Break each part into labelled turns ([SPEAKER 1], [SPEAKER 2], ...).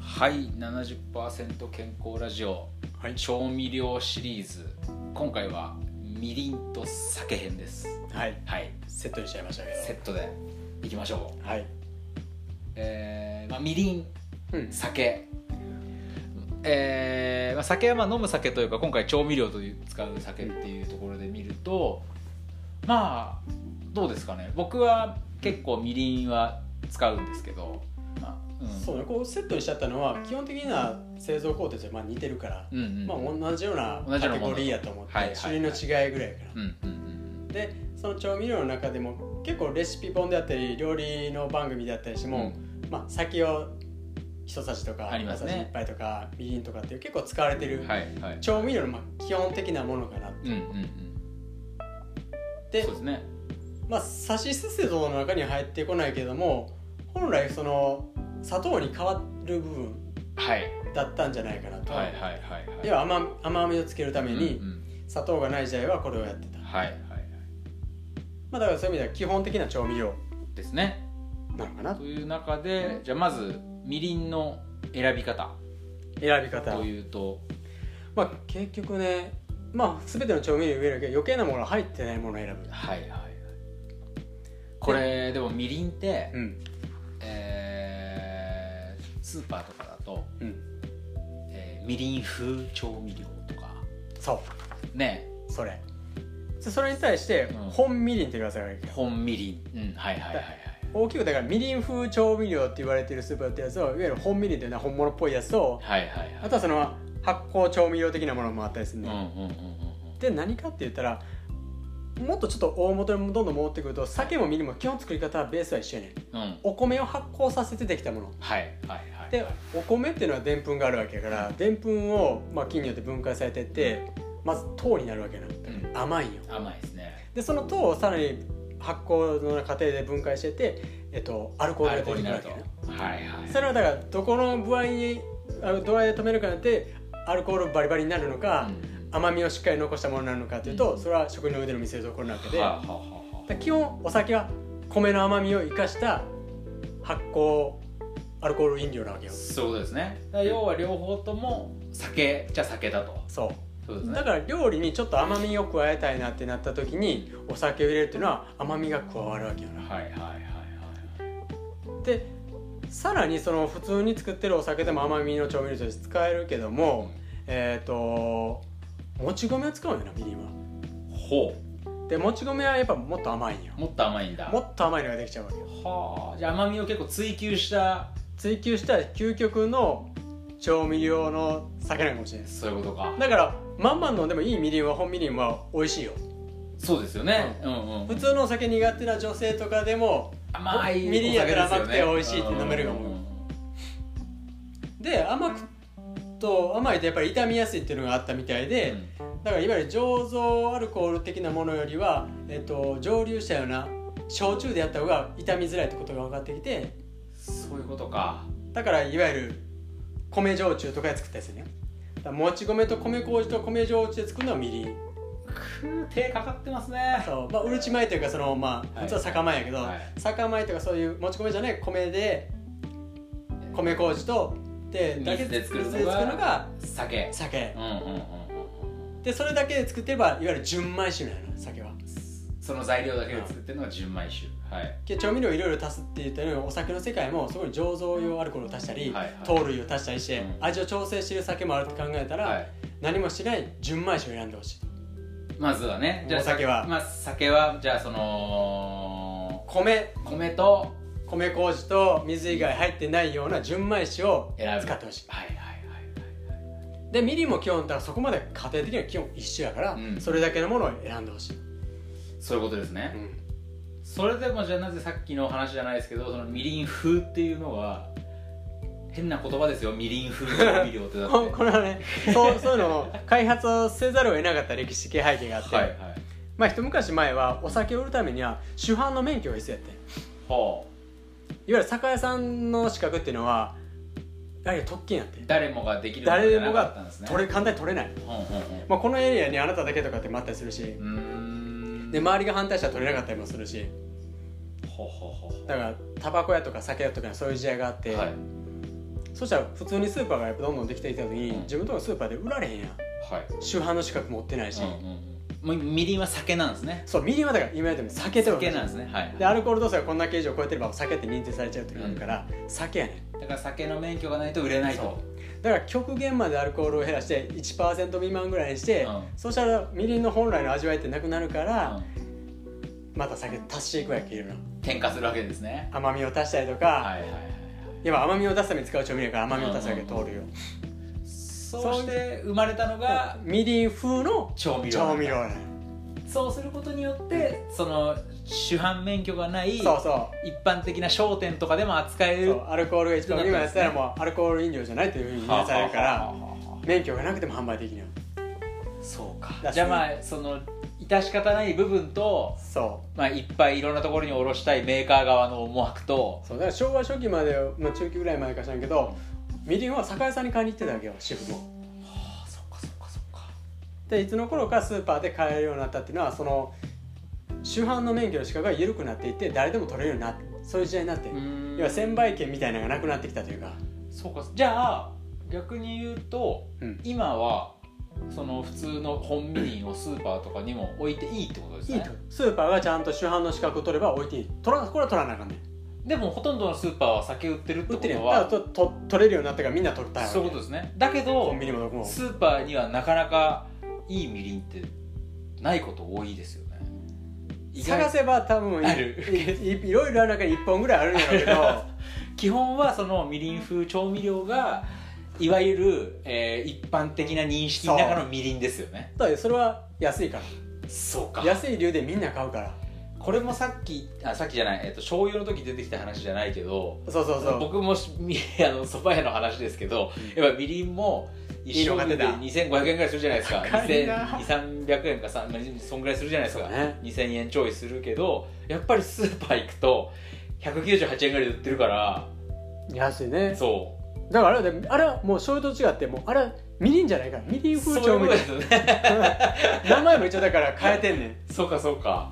[SPEAKER 1] はい70%健康ラジオ、
[SPEAKER 2] はい
[SPEAKER 1] 調味料シリーズ今回はみりんと酒編です
[SPEAKER 2] はい
[SPEAKER 1] はい
[SPEAKER 2] セットにしちゃいましたけど
[SPEAKER 1] セットでいきましょう
[SPEAKER 2] はい、
[SPEAKER 1] えーまあ、みりん
[SPEAKER 2] うん
[SPEAKER 1] 酒えーまあ、酒はまあ飲む酒というか今回調味料という使う酒っていうところで見るとまあどうですかね僕は結構みりんは使うんですけど、まあうん、
[SPEAKER 2] そうねこうセットにしちゃったのは基本的な製造工程とまあ似てるから、
[SPEAKER 1] うんうん
[SPEAKER 2] まあ、同じような
[SPEAKER 1] 同じよ
[SPEAKER 2] カ
[SPEAKER 1] うな
[SPEAKER 2] テ
[SPEAKER 1] もの
[SPEAKER 2] ゴリーやと思って、
[SPEAKER 1] はいはいはい
[SPEAKER 2] 種類の違いぐらいから、
[SPEAKER 1] うんうんうん
[SPEAKER 2] でその調味料の中でも結構レシピ本であったり料理の番組であったりしても、まあ、酒を一さじとか
[SPEAKER 1] ありますね
[SPEAKER 2] 一さじ一杯とかみりんとかっていう結構使われてる、
[SPEAKER 1] うんはいはい
[SPEAKER 2] 調味料のまあ基本的なものかな
[SPEAKER 1] うんうんうん
[SPEAKER 2] で
[SPEAKER 1] そうですね
[SPEAKER 2] まあさしすせぞの中には入ってこないけども本来その砂糖に変わる部分
[SPEAKER 1] はい
[SPEAKER 2] だったんじゃないかなと、
[SPEAKER 1] はいはいはいはい
[SPEAKER 2] 要は甘甘みをつけるために
[SPEAKER 1] うん
[SPEAKER 2] 砂糖がない時代はこれをやってた、
[SPEAKER 1] うん
[SPEAKER 2] ま
[SPEAKER 1] はいはいはい
[SPEAKER 2] あ、だからそういう意味では基本的な調味料
[SPEAKER 1] ですね
[SPEAKER 2] なのかな
[SPEAKER 1] という中でじゃあまずみりんの選び方
[SPEAKER 2] 選び方
[SPEAKER 1] というと
[SPEAKER 2] まあ結局ねまあ全ての調味料入れるけど余計なものは入ってないものを選
[SPEAKER 1] はいはいはいこれでもみりんって、
[SPEAKER 2] ぶうん
[SPEAKER 1] えースーパーとかだと、
[SPEAKER 2] うん
[SPEAKER 1] えーみりん風調味料とか
[SPEAKER 2] そう
[SPEAKER 1] ね
[SPEAKER 2] それそそれに対して
[SPEAKER 1] うん
[SPEAKER 2] 本みりんって言わせばいいけど
[SPEAKER 1] 本みりん、うん、はいはいはいはい
[SPEAKER 2] 大きくだからみりん風調味料って言われてるスーパーってやつをいわゆる本みりんというのは本物っぽいやつと
[SPEAKER 1] はいはいはい
[SPEAKER 2] あとはその発酵調味料的なものもあったりす
[SPEAKER 1] う
[SPEAKER 2] る
[SPEAKER 1] ん
[SPEAKER 2] ね、
[SPEAKER 1] うんうんうんうん
[SPEAKER 2] で何かって言ったらもっとちょっと大元にどんどん戻ってくると酒もみりんも基本作り方はベースは一緒やねん
[SPEAKER 1] うん
[SPEAKER 2] お米を発酵させてできたもの
[SPEAKER 1] はいはいはい
[SPEAKER 2] でお米っていうのはでんぷんがあるわけやからでんぷんを、まあ、菌によって分解されてってまず糖になるわけやな
[SPEAKER 1] うん
[SPEAKER 2] 甘いよ
[SPEAKER 1] 甘いですね
[SPEAKER 2] でその糖をさらに発酵の過程で分解してって、えっと、アルコー
[SPEAKER 1] ア
[SPEAKER 2] ル
[SPEAKER 1] ル
[SPEAKER 2] が
[SPEAKER 1] コー
[SPEAKER 2] 出
[SPEAKER 1] ル
[SPEAKER 2] て
[SPEAKER 1] に
[SPEAKER 2] くる
[SPEAKER 1] な
[SPEAKER 2] わ
[SPEAKER 1] る
[SPEAKER 2] け
[SPEAKER 1] と
[SPEAKER 2] や
[SPEAKER 1] は
[SPEAKER 2] ない
[SPEAKER 1] はい
[SPEAKER 2] それはだからどこの具合にあの度合いを止めるかによってアルコールバリバリになるのか、
[SPEAKER 1] うん
[SPEAKER 2] 甘みをしっかり残したものになるのかというと、
[SPEAKER 1] うん
[SPEAKER 2] それは食の腕の見せ所なわけで、
[SPEAKER 1] はあは
[SPEAKER 2] だか
[SPEAKER 1] あはあはあ
[SPEAKER 2] ら基本お酒は米の甘みを生かした発酵アルコール飲料なわけよ
[SPEAKER 1] そういうことですねだから要は両方とも酒じゃ酒だと
[SPEAKER 2] そう
[SPEAKER 1] そうですね
[SPEAKER 2] だから料理にちょっと甘みを加えたいなってなった時にお酒を入れるっていうのは甘みが加わるわけよな
[SPEAKER 1] はいはいはいはい
[SPEAKER 2] でさらにその普通に作ってるお酒でも甘みの調味料として使えるけども、えっ、ともち米を使うんよなみりんは
[SPEAKER 1] ほ
[SPEAKER 2] でもち米はやっぱもっと甘いんよ
[SPEAKER 1] うもっと甘いんだ
[SPEAKER 2] もっと甘いのができちゃうわけよ
[SPEAKER 1] はあじゃあ甘みを結構追求した
[SPEAKER 2] 追求した究極の調味料の酒なのかもしれないです
[SPEAKER 1] そういうことか
[SPEAKER 2] だからまんまん飲んでもいいみりんは本みりんは美味しいよ
[SPEAKER 1] そうですよね、うん、うん
[SPEAKER 2] 普通のお酒苦手な女性とかでも
[SPEAKER 1] 甘い
[SPEAKER 2] みりんやったら甘く
[SPEAKER 1] お酒
[SPEAKER 2] て美
[SPEAKER 1] で
[SPEAKER 2] 味
[SPEAKER 1] す
[SPEAKER 2] しい
[SPEAKER 1] よね
[SPEAKER 2] って飲めるかも
[SPEAKER 1] うんうんうん
[SPEAKER 2] で甘くと甘いとやっぱり傷みやすいっていうのがあったみたいで、だからいわゆる醸造アルコール的なものよりは、えっと、蒸留したような焼酎であった方が傷みづらいってことが分かってきて
[SPEAKER 1] そういうことか
[SPEAKER 2] だからいわゆる米焼酎とかで作ったやつねだからもち米と米麹と米焼酎で作るのはみりん
[SPEAKER 1] くー手かかってますね
[SPEAKER 2] そう、まあ、うるち米というかそのまあ
[SPEAKER 1] はい
[SPEAKER 2] 普通は酒米やけど、
[SPEAKER 1] はい
[SPEAKER 2] 酒米とかそういうもち米じゃない米で米麹とでだけ
[SPEAKER 1] 水で作るのが
[SPEAKER 2] 水で作るのが
[SPEAKER 1] 酒
[SPEAKER 2] 酒
[SPEAKER 1] うんうんうんうんうん
[SPEAKER 2] でそれだけで作ってればいわゆる純米酒なんやな酒は
[SPEAKER 1] その材料だけで作ってるのが純米酒はい
[SPEAKER 2] で調味料いろいろ足すって言ったようにお酒の世界もそこに醸造用アルコールを足したり、
[SPEAKER 1] はいはい
[SPEAKER 2] 糖類を足したりして、
[SPEAKER 1] うん
[SPEAKER 2] 味を調整してる酒もあるって考えたら、
[SPEAKER 1] はい
[SPEAKER 2] 何もしない純米酒を選んでほしい
[SPEAKER 1] まずはね
[SPEAKER 2] お酒は
[SPEAKER 1] まあ酒はじゃあその
[SPEAKER 2] 米
[SPEAKER 1] 米と
[SPEAKER 2] 米麹と水以外入ってないような純米酒を
[SPEAKER 1] 選ぶ
[SPEAKER 2] 使ってほしい
[SPEAKER 1] はいはいはいはい
[SPEAKER 2] でみりんも基本だからそこまで家庭的には基本一緒やから、
[SPEAKER 1] うん
[SPEAKER 2] それだけのものを選んでほしい、
[SPEAKER 1] そういうことですね、
[SPEAKER 2] うん
[SPEAKER 1] それでもじゃあなぜさっきの話じゃないですけどそのみりん風っていうのは変な言葉ですよみりん風調味料って だって
[SPEAKER 2] これはねそうそういうのを開発をせざるを得なかった歴史系背景があって、
[SPEAKER 1] はいはい
[SPEAKER 2] まあ一昔前はお酒を売るためには主犯の免許が必要やってん
[SPEAKER 1] ほ
[SPEAKER 2] いわゆる酒屋さんの資格っていうのはやはり特権やって
[SPEAKER 1] う誰もができる
[SPEAKER 2] 誰で
[SPEAKER 1] もの
[SPEAKER 2] も
[SPEAKER 1] じゃなかったん
[SPEAKER 2] が
[SPEAKER 1] ですね
[SPEAKER 2] 取れ簡単に取れない、
[SPEAKER 1] うんうんうん
[SPEAKER 2] まあ、このエリアにあなただけとかってもあったりするし
[SPEAKER 1] うーん
[SPEAKER 2] で周りが反対したら取れなかったりもするし
[SPEAKER 1] ほうほうほうほう
[SPEAKER 2] だからタバコ屋とか酒屋とかにそういう時代があって、
[SPEAKER 1] はい
[SPEAKER 2] そしたら普通にスーパーがやっぱどんどんできてきた時に、
[SPEAKER 1] うん
[SPEAKER 2] 自分とかスーパーで売られへんやん
[SPEAKER 1] はい
[SPEAKER 2] 主販の資格持ってないし、
[SPEAKER 1] うんうんうん、もうみりんは酒なんですね
[SPEAKER 2] そう右はだから今言ったように酒ってこと
[SPEAKER 1] 酒なんですねはい
[SPEAKER 2] でアルコール度数がこんだけ以上超えてれば酒って認定されちゃうってなるから、酒やねん
[SPEAKER 1] だから酒の免許がないと売れないと
[SPEAKER 2] だから極限までアルコールを減らして1%未満ぐらいにして、
[SPEAKER 1] うん
[SPEAKER 2] そうしたらみりんの本来の味わいってなくなるか
[SPEAKER 1] う
[SPEAKER 2] ら、
[SPEAKER 1] ん
[SPEAKER 2] また酒足していくわけいろいろ
[SPEAKER 1] 転化するわけですね
[SPEAKER 2] 甘みを足したりとか、
[SPEAKER 1] はいはいはいはい
[SPEAKER 2] やっぱ甘みを出すために使う調味料やから甘みを足すだけ通るよ、
[SPEAKER 1] そうして生まれたのが
[SPEAKER 2] みりん風の
[SPEAKER 1] 調味料
[SPEAKER 2] 調味料やね
[SPEAKER 1] そうすることによってその主犯免許がない
[SPEAKER 2] ん
[SPEAKER 1] 一
[SPEAKER 2] そうそ
[SPEAKER 1] 般的な商店とかでも扱え
[SPEAKER 2] う
[SPEAKER 1] る
[SPEAKER 2] そうアルコールが一番今やったらもうアルコール飲料じゃないというふうに
[SPEAKER 1] はあ
[SPEAKER 2] 認定されるか
[SPEAKER 1] はあ
[SPEAKER 2] ら
[SPEAKER 1] はあはあは
[SPEAKER 2] 免許がなくても販売できるよ
[SPEAKER 1] あそう
[SPEAKER 2] だ
[SPEAKER 1] か
[SPEAKER 2] し
[SPEAKER 1] じゃあまあその致し方ない部分と、
[SPEAKER 2] そ
[SPEAKER 1] まあ、いっぱいいろんなところに卸したいメーカー側の思惑と
[SPEAKER 2] うそうだから昭和初期まで、まあ、中期ぐらい前かしらんけどみりんは酒屋さんに買いに行ってたわけよ主婦も
[SPEAKER 1] ああそっかそっかそっか
[SPEAKER 2] でいつの頃かスーパーで買えるようになったっていうのはその主犯の免許の資格が緩くなっていって誰でも取れるようになってそういう時代になって、
[SPEAKER 1] うん
[SPEAKER 2] 要は専売権みたいなのがなくなってきたというか
[SPEAKER 1] そうかじゃあ逆に言うと
[SPEAKER 2] うん
[SPEAKER 1] 今はその普通の本ミリンをスーパーとかにも置いていいってことですね
[SPEAKER 2] いいとスーパーがちゃんと主犯の資格を取れば置いていい取らこれは取らなあかんねん
[SPEAKER 1] でもほとんどのスーパーは酒売ってるって
[SPEAKER 2] 売
[SPEAKER 1] こ
[SPEAKER 2] ってるやん
[SPEAKER 1] と
[SPEAKER 2] だから
[SPEAKER 1] は
[SPEAKER 2] とと取れるようになったからみんな取ったよ
[SPEAKER 1] そういうことですねだけ
[SPEAKER 2] コ
[SPEAKER 1] ど
[SPEAKER 2] ンビニもどこも
[SPEAKER 1] スーパーにはなかなかいいみりんってないこと多いですよね意外
[SPEAKER 2] 探せば多分い
[SPEAKER 1] ある
[SPEAKER 2] いいいろいろある中に1本ぐらいあるんやろう けど
[SPEAKER 1] 基本はそのみりん風調味料がいわゆる、えー一般的な認識の中のみりんですよね
[SPEAKER 2] だってそれは安いか
[SPEAKER 1] そう
[SPEAKER 2] ら安い理由でみんな買うから
[SPEAKER 1] これもさっきあさっきじゃない、えっと醤油の時出てきた話じゃないけど
[SPEAKER 2] そうそうそう
[SPEAKER 1] 僕もしみあの蕎麦屋の話ですけど
[SPEAKER 2] うん
[SPEAKER 1] やっぱみりんも
[SPEAKER 2] いい
[SPEAKER 1] 一
[SPEAKER 2] の
[SPEAKER 1] 升
[SPEAKER 2] 買って
[SPEAKER 1] 瓶で
[SPEAKER 2] た
[SPEAKER 1] 2500円ぐらいするじゃないですか
[SPEAKER 2] 高いな
[SPEAKER 1] 2300円かさまあそんぐらいするじゃないですか、
[SPEAKER 2] そうね
[SPEAKER 1] 2000円ちょいするけどやっぱりスーパー行くと198円ぐらいで売ってるから
[SPEAKER 2] 安いね
[SPEAKER 1] そ
[SPEAKER 2] だからあれはあれはもう醤油と違ってもうあれはみりんじゃないからみり
[SPEAKER 1] うん
[SPEAKER 2] 風
[SPEAKER 1] そうい
[SPEAKER 2] 調
[SPEAKER 1] うこ
[SPEAKER 2] 味
[SPEAKER 1] と
[SPEAKER 2] 料
[SPEAKER 1] ですよね
[SPEAKER 2] 名前も一応だから変えてんねん、
[SPEAKER 1] そうかそうか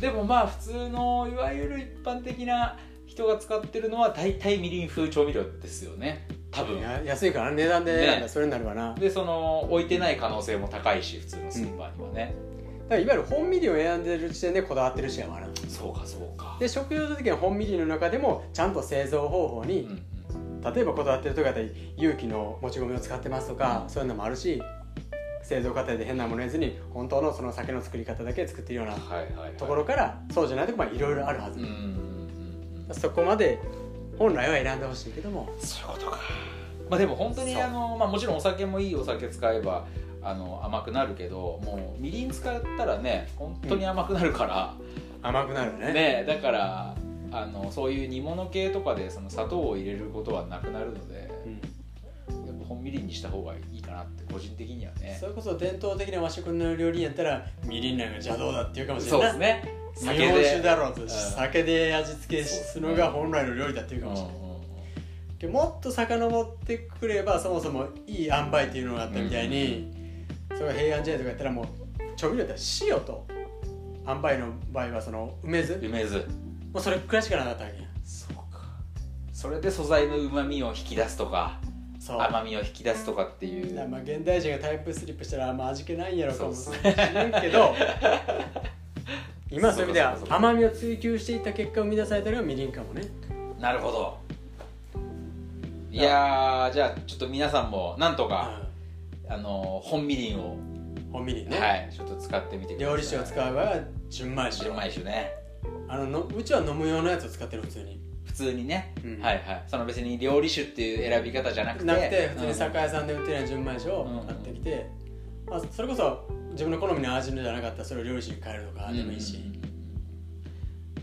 [SPEAKER 1] でもまあ普通のいわゆる一般的な人が使ってるのは大体みりん風調味料ですよね多
[SPEAKER 2] うん
[SPEAKER 1] 分
[SPEAKER 2] や安いから値段で選んだら
[SPEAKER 1] ね
[SPEAKER 2] それになるわな、
[SPEAKER 1] でその置いてない可能性も高いし普通のスーパーにはね、
[SPEAKER 2] だからいわゆる本味料を選んでる時点でこだわってるしやわな
[SPEAKER 1] そうかそうか
[SPEAKER 2] で食用時の本味料の中でもちゃんと製造方法
[SPEAKER 1] うん
[SPEAKER 2] に
[SPEAKER 1] う、ん
[SPEAKER 2] 例えばこだわってるとかだったり有機のもち米を使ってますとか、
[SPEAKER 1] うん
[SPEAKER 2] そういうのもあるし製造過程で変なものやずに本当のその酒の作り方だけ作ってるような
[SPEAKER 1] はいはい、はい、
[SPEAKER 2] ところからそうじゃないとこまあいろいろあるは
[SPEAKER 1] う
[SPEAKER 2] ず、
[SPEAKER 1] んうんうんうん
[SPEAKER 2] そこまで本来は選んでほしいけども
[SPEAKER 1] そういうことかまあでも本当に
[SPEAKER 2] そう
[SPEAKER 1] あの、まあ、もちろんお酒もいいお酒使えばあの甘くなるけどもうみりん使ったらね本当に甘くなるから、
[SPEAKER 2] 甘くなるよね
[SPEAKER 1] ねだからあのそういう煮物系とかでその砂糖を入れることはなくなるので、
[SPEAKER 2] うん
[SPEAKER 1] やっぱ本みりんにした方がいいかなって個人的にはね
[SPEAKER 2] それこそ伝統的な和食の料理やったらみりんなんか邪道だっていうかもしれ
[SPEAKER 1] そう
[SPEAKER 2] な
[SPEAKER 1] で
[SPEAKER 2] い
[SPEAKER 1] すね
[SPEAKER 2] 日本酒だろうと、
[SPEAKER 1] ん
[SPEAKER 2] 酒で味付けするのが本来の料理だっていうかもしれない、でもっと遡ってくればそもそもいい塩梅っていうのがあったみたいに、それが平安時代とかやったらもう調味料だったら塩と塩梅の場合はその梅酢も
[SPEAKER 1] 梅酢
[SPEAKER 2] うそれくらいしかなかったわけや
[SPEAKER 1] そうかそれで素材のうまみを引き出すとか
[SPEAKER 2] そうだか
[SPEAKER 1] 甘みを引き出すとかっていう
[SPEAKER 2] らまあ現代人がタイプスリップしたらあんま味気ないんやろかもし
[SPEAKER 1] そう
[SPEAKER 2] れんけど 今そういう意味では
[SPEAKER 1] そうかそうかそうか
[SPEAKER 2] 甘みを追求していった結果生み出されたのがみりんかもね
[SPEAKER 1] なるほどいやーじゃあちょっと皆さんもなんとか、あの本みりんを、
[SPEAKER 2] うん本みりんね、
[SPEAKER 1] はいちょっと使ってみてください
[SPEAKER 2] 料理酒を使う場合は純米酒
[SPEAKER 1] 純米酒ね
[SPEAKER 2] あののうちは飲む用のやつを使ってる普通に
[SPEAKER 1] 普通にね、
[SPEAKER 2] うん
[SPEAKER 1] はいはいその別に料理酒っていう選び方じゃなくて
[SPEAKER 2] なくて普通に酒屋さんで売ってるような純米酒
[SPEAKER 1] うん
[SPEAKER 2] を
[SPEAKER 1] うん
[SPEAKER 2] 買ってきて、まあ、それこそ自分の好みの味のじゃなかったらそれを料理酒に変えるとかでもいいし、
[SPEAKER 1] うんうんうんうん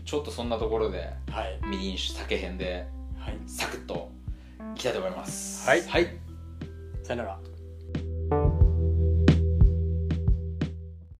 [SPEAKER 1] ちょっとそんなところで
[SPEAKER 2] はい
[SPEAKER 1] みりん酒酒編で
[SPEAKER 2] はい
[SPEAKER 1] サクッといきたいと思います
[SPEAKER 2] はい
[SPEAKER 1] はい
[SPEAKER 2] さよなら